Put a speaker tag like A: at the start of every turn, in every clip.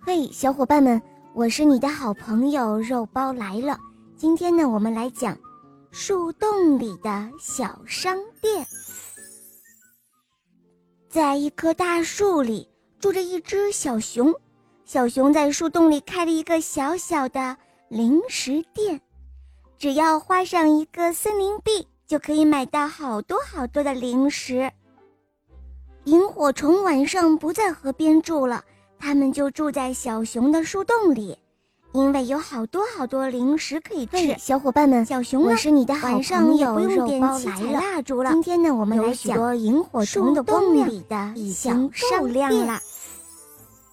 A: 嘿，小伙伴们，我是你的好朋友肉包来了。今天呢，我们来讲树洞里的小商店。在一棵大树里住着一只小熊，小熊在树洞里开了一个小小的零食店，只要花上一个森林币，就可以买到好多好多的零食。萤火虫晚上不在河边住了，它们就住在小熊的树洞里，因为有好多好多零食可以吃。小伙伴们，小熊呢？是你的晚上也不用点起彩蜡烛了。今天呢，我们来讲萤火虫的光亮里的小商店了。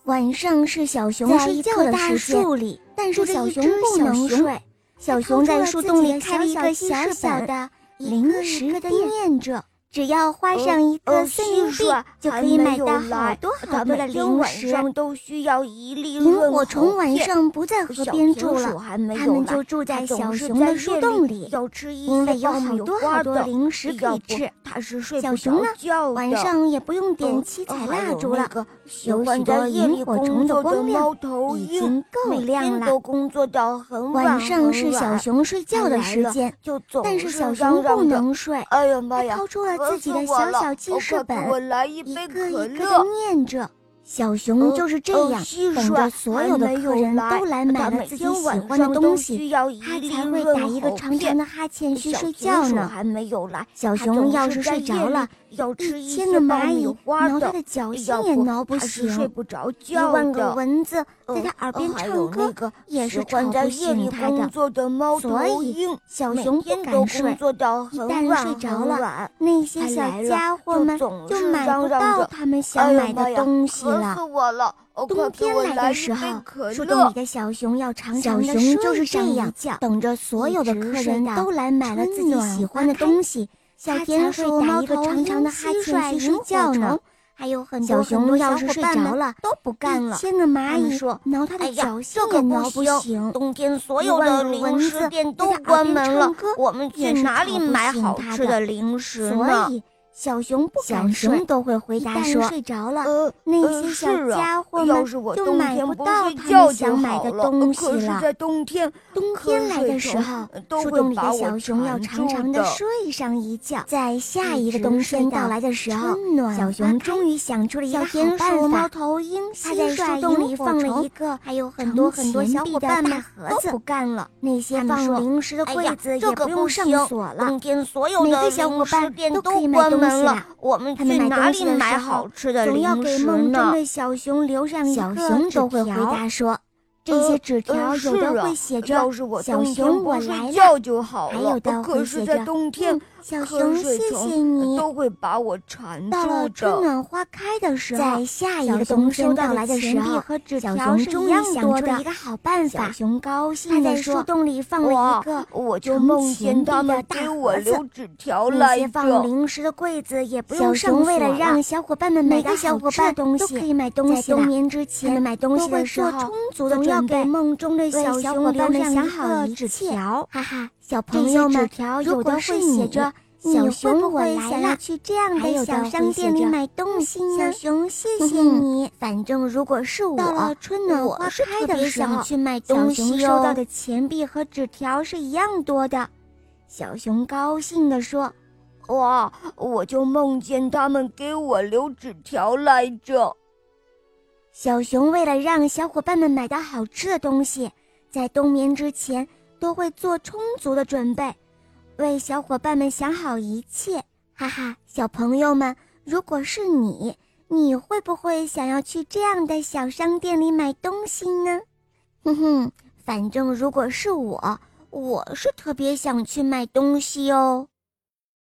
A: 晚上是小熊睡觉的时间，但是小熊不能睡。小熊在树洞里开了一个小小的零食店，念着。只要花上一个森林币，就可以买到好多好多的零食。
B: 都需要一粒
A: 萤火虫晚上不在河边住了，
B: 它们
A: 们就住在小熊的树洞里，
B: 要吃一
A: 因
B: 些
A: 为有好
B: 爆
A: 多
B: 米花
A: 好多
B: 的
A: 零食可
B: 要
A: 以
B: 不
A: 吃。
B: 它是睡
A: 小
B: 不
A: 熊
B: 着
A: 呢
B: 觉的。
A: 晚上也不用点
B: 嗯
A: 七彩
B: 还
A: 蜡
B: 有
A: 烛
B: 那
A: 了，
B: 个喜
A: 有许
B: 欢在
A: 多
B: 夜
A: 萤
B: 里
A: 火
B: 工
A: 虫的
B: 作
A: 光亮
B: 猫头
A: 已
B: 鹰
A: 经够
B: 每
A: 亮
B: 天
A: 了。
B: 都工作到很晚
A: 晚上是
B: 很
A: 小
B: 晚
A: 熊睡觉的
B: 来
A: 时
B: 了
A: 间，
B: 就总
A: 但是小
B: 嚷
A: 熊
B: 嚷
A: 不
B: 着
A: 能睡，
B: 哎呀妈
A: 它
B: 呀！
A: 掏出了
B: 渴
A: 自己
B: 死
A: 的
B: 我
A: 小
B: 了
A: 小记
B: 哦
A: 事
B: 快给
A: 本，
B: 我来一
A: 一
B: 杯
A: 个
B: 可
A: 一个
B: 乐
A: 的。念着。小熊
B: 呃
A: 就是这
B: 哦
A: 样，
B: 蟋
A: 等
B: 蟀
A: 着所
B: 还
A: 有的
B: 没
A: 客
B: 有
A: 人
B: 来
A: 都来买
B: 它
A: 了
B: 每
A: 自己
B: 天
A: 喜
B: 晚
A: 欢的
B: 上
A: 东
B: 都
A: 西
B: 需要一
A: 它
B: 粒
A: 才会
B: 润
A: 打一个
B: 喉
A: 长长
B: 片
A: 的哈欠去
B: 小
A: 睡
B: 松
A: 觉
B: 鼠
A: 呢。
B: 还没有来，
A: 小
B: 它
A: 熊
B: 总
A: 要
B: 是
A: 是
B: 在
A: 睡
B: 夜
A: 着
B: 里
A: 了，
B: 要吃
A: 一
B: 一
A: 千
B: 些
A: 个
B: 爆
A: 蚂
B: 米
A: 蚁
B: 花
A: 挠它
B: 的哎
A: 的脚心
B: 要
A: 也
B: 不
A: 挠不
B: 它是
A: 醒
B: 睡不着
A: 一
B: 觉
A: 万个
B: 的。
A: 蚊子在
B: 呃
A: 它耳
B: 哦
A: 边
B: 还
A: 唱
B: 有
A: 歌
B: 那，个
A: 也
B: 喜
A: 是
B: 欢
A: 吵
B: 在
A: 不
B: 夜
A: 醒
B: 里
A: 它
B: 工
A: 的。
B: 作的猫
A: 所
B: 头
A: 以
B: 鹰，
A: 小
B: 每
A: 熊不
B: 天
A: 敢
B: 都
A: 睡
B: 工作到
A: 一
B: 很
A: 旦
B: 晚
A: 睡着
B: 很
A: 了
B: 晚
A: 那些
B: 它来
A: 小
B: 了
A: 家伙
B: 就
A: 们
B: 总
A: 就是买
B: 嚷
A: 不
B: 嚷
A: 到
B: 着
A: 他们
B: 哎
A: 想
B: 呀
A: 买
B: 妈
A: 的
B: 呀
A: 东西
B: 渴
A: 了
B: 死。我了！哦快
A: 冬
B: 给
A: 天
B: 我
A: 来
B: 来
A: 的
B: 一
A: 时
B: 杯
A: 候
B: 可，
A: 树
B: 乐
A: 洞里的小熊要长小长的熊就是睡这上一样觉，，
B: 等着
A: 所有的客人都来买了自己喜欢的东西。小田鼠、猫头鹰、蟋蟀、萤火虫，还有很
B: 小
A: 多
B: 熊
A: 很多
B: 要
A: 小
B: 是
A: 伙
B: 睡
A: 伴
B: 着
A: 们
B: 了
A: 都不
B: 干了
A: 一千个蚂
B: 他们
A: 蚁
B: 说
A: 挠它
B: 哎
A: 的
B: 呀
A: 脚心
B: 这
A: 也
B: 可不
A: 挠不
B: 行
A: 醒。
B: 冬天所
A: 一
B: 有
A: 万
B: 的
A: 个
B: 零
A: 蚊
B: 食
A: 子
B: 店
A: 在
B: 都
A: 它耳
B: 关
A: 边
B: 门
A: 唱
B: 了
A: 歌，
B: 我们
A: 也
B: 去
A: 是吵
B: 哪里
A: 不
B: 买
A: 醒
B: 好
A: 它
B: 吃
A: 的
B: 的零食
A: 所
B: 呢？
A: 以小熊不
B: 小
A: 敢
B: 熊
A: 睡，
B: 都会回
A: 一
B: 答
A: 旦
B: 说
A: 睡着了，
B: 呃，
A: 那
B: 呃
A: 些
B: 是
A: 小
B: 啊
A: 家伙
B: 要
A: 们
B: 是我
A: 就
B: 冬
A: 买
B: 天
A: 不
B: 不
A: 到
B: 睡
A: 他
B: 觉
A: 们
B: 就
A: 想买
B: 好
A: 的
B: 了
A: 东西
B: 可是，
A: 了。
B: 在冬天，
A: 冬
B: 瞌
A: 天来
B: 睡
A: 的时
B: 虫
A: 候
B: 呃，都
A: 树
B: 会
A: 洞里
B: 把
A: 的
B: 我
A: 小熊要长
B: 缠住
A: 长的
B: 的
A: 睡上一觉。在下
B: 一
A: 一个
B: 直
A: 冬
B: 睡
A: 天
B: 到
A: 到来的时候，
B: 春暖
A: 小
B: 花
A: 熊
B: 开
A: 终于想出了一
B: 小
A: 个好
B: 田鼠
A: 办
B: 猫
A: 法。
B: 头鹰
A: 它在
B: 蟋
A: 树
B: 蟀、
A: 洞
B: 萤
A: 里
B: 火
A: 放了
B: 虫
A: 一个，还有很
B: 长
A: 多很多
B: 钱
A: 小
B: 币
A: 伙
B: 的
A: 伴
B: 大
A: 们
B: 盒
A: 都
B: 子
A: 不干了，那些
B: 他们
A: 放
B: 说
A: 零食的
B: 哎
A: 柜
B: 呀
A: 子
B: 这
A: 也
B: 个
A: 不用上
B: 行
A: 锁了
B: 冬。天所有
A: 每个
B: 的
A: 小伙
B: 零食
A: 伴
B: 店
A: 都可以买
B: 关
A: 东西
B: 门
A: 啦
B: 了，我们
A: 他们
B: 去
A: 买
B: 哪
A: 东西
B: 里
A: 的
B: 买
A: 时
B: 好
A: 候
B: 吃的
A: 总要
B: 零
A: 给
B: 食
A: 梦中
B: 呢？
A: 的小熊留上一
B: 小
A: 个
B: 熊
A: 纸
B: 都会回
A: 条
B: 答
A: 说，这些纸
B: 呃
A: 条有
B: 是
A: 的
B: 啊
A: 会写着
B: 要是
A: “
B: 我
A: 小
B: 冬天
A: 熊我
B: 不
A: 来
B: 睡
A: 了
B: 觉就好
A: 还
B: 了。
A: 有的会
B: 可是，
A: 写
B: 在
A: 着
B: 冬天，”，
A: 小熊
B: 瞌
A: 谢
B: 睡
A: 谢
B: 虫
A: 你。
B: 都会把我缠
A: 到了
B: 住
A: 春
B: 的。
A: 暖花开的时候，
B: 在
A: 下
B: 一个冬天
A: 到来
B: 到来
A: 的
B: 的
A: 时
B: 时
A: 候，
B: 候
A: 小
B: 小
A: 熊终
B: 熊终
A: 于
B: 于
A: 想
B: 想
A: 出
B: 出
A: 了
B: 了
A: 一
B: 一
A: 个
B: 个
A: 好办
B: 法
A: 小熊高兴
B: 它
A: 地
B: 在
A: 说：“
B: 树
A: 洞里放
B: 哇，我就
A: 盛
B: 梦
A: 钱
B: 见
A: 币
B: 他
A: 的
B: 们
A: 大
B: 给
A: 盒
B: 我
A: 子
B: 留纸条
A: 那
B: 来
A: 些
B: 着
A: 放。零食的柜子也不
B: 小
A: 用上
B: 熊
A: 锁
B: 为了让
A: 小伙伴们
B: 买
A: 每个
B: 到
A: 小
B: 好
A: 伙
B: 吃
A: 伴
B: 的东
A: 都
B: 西
A: 可以买东西
B: 在冬
A: 眠之前，他们买东
B: 都
A: 西的
B: 会
A: 时
B: 做
A: 候
B: 充足的
A: 总要
B: 准
A: 给
B: 备
A: 梦中的
B: 为
A: 小
B: 小
A: 熊
B: 伙
A: 留
B: 伴们
A: 上
B: 想
A: 一
B: 好
A: 个
B: 一
A: 纸
B: 切
A: 条，哈哈，小
B: 这
A: 朋
B: 些
A: 友
B: 纸
A: 们，
B: 条
A: 如
B: 有
A: 果
B: 的
A: 是
B: 会
A: 你
B: 写着
A: 你
B: 小
A: 会不
B: 熊我
A: 会
B: 来
A: 想
B: 了
A: 要去这样
B: 还
A: 的
B: 有
A: 小
B: 的
A: 商
B: 会写
A: 店里
B: 着
A: 买东西呢
B: 小？熊，谢
A: 谢
B: 谢
A: 谢
B: 你。
A: 你。反正如果是我，
B: 到了
A: 春
B: 暖
A: 我
B: 花
A: 是
B: 开
A: 特
B: 的
A: 别
B: 时
A: 想
B: 候
A: 去买
B: 小
A: 东
B: 熊
A: 西
B: 收
A: 收到
B: 到
A: 的钱币和纸条是一样多的。小熊高兴地说
B: 哇！我就梦见他们给我留纸条来着。：“
A: 小熊为了让小伙伴们买到好吃的东西，在冬眠之前都会做充足的准备，为小伙伴们想好一切。”哈哈，小朋友们，如果是你，你会不会想要去这样的小商店里买东西呢？哼哼，反正如果是我，我是特别想去买东西哦。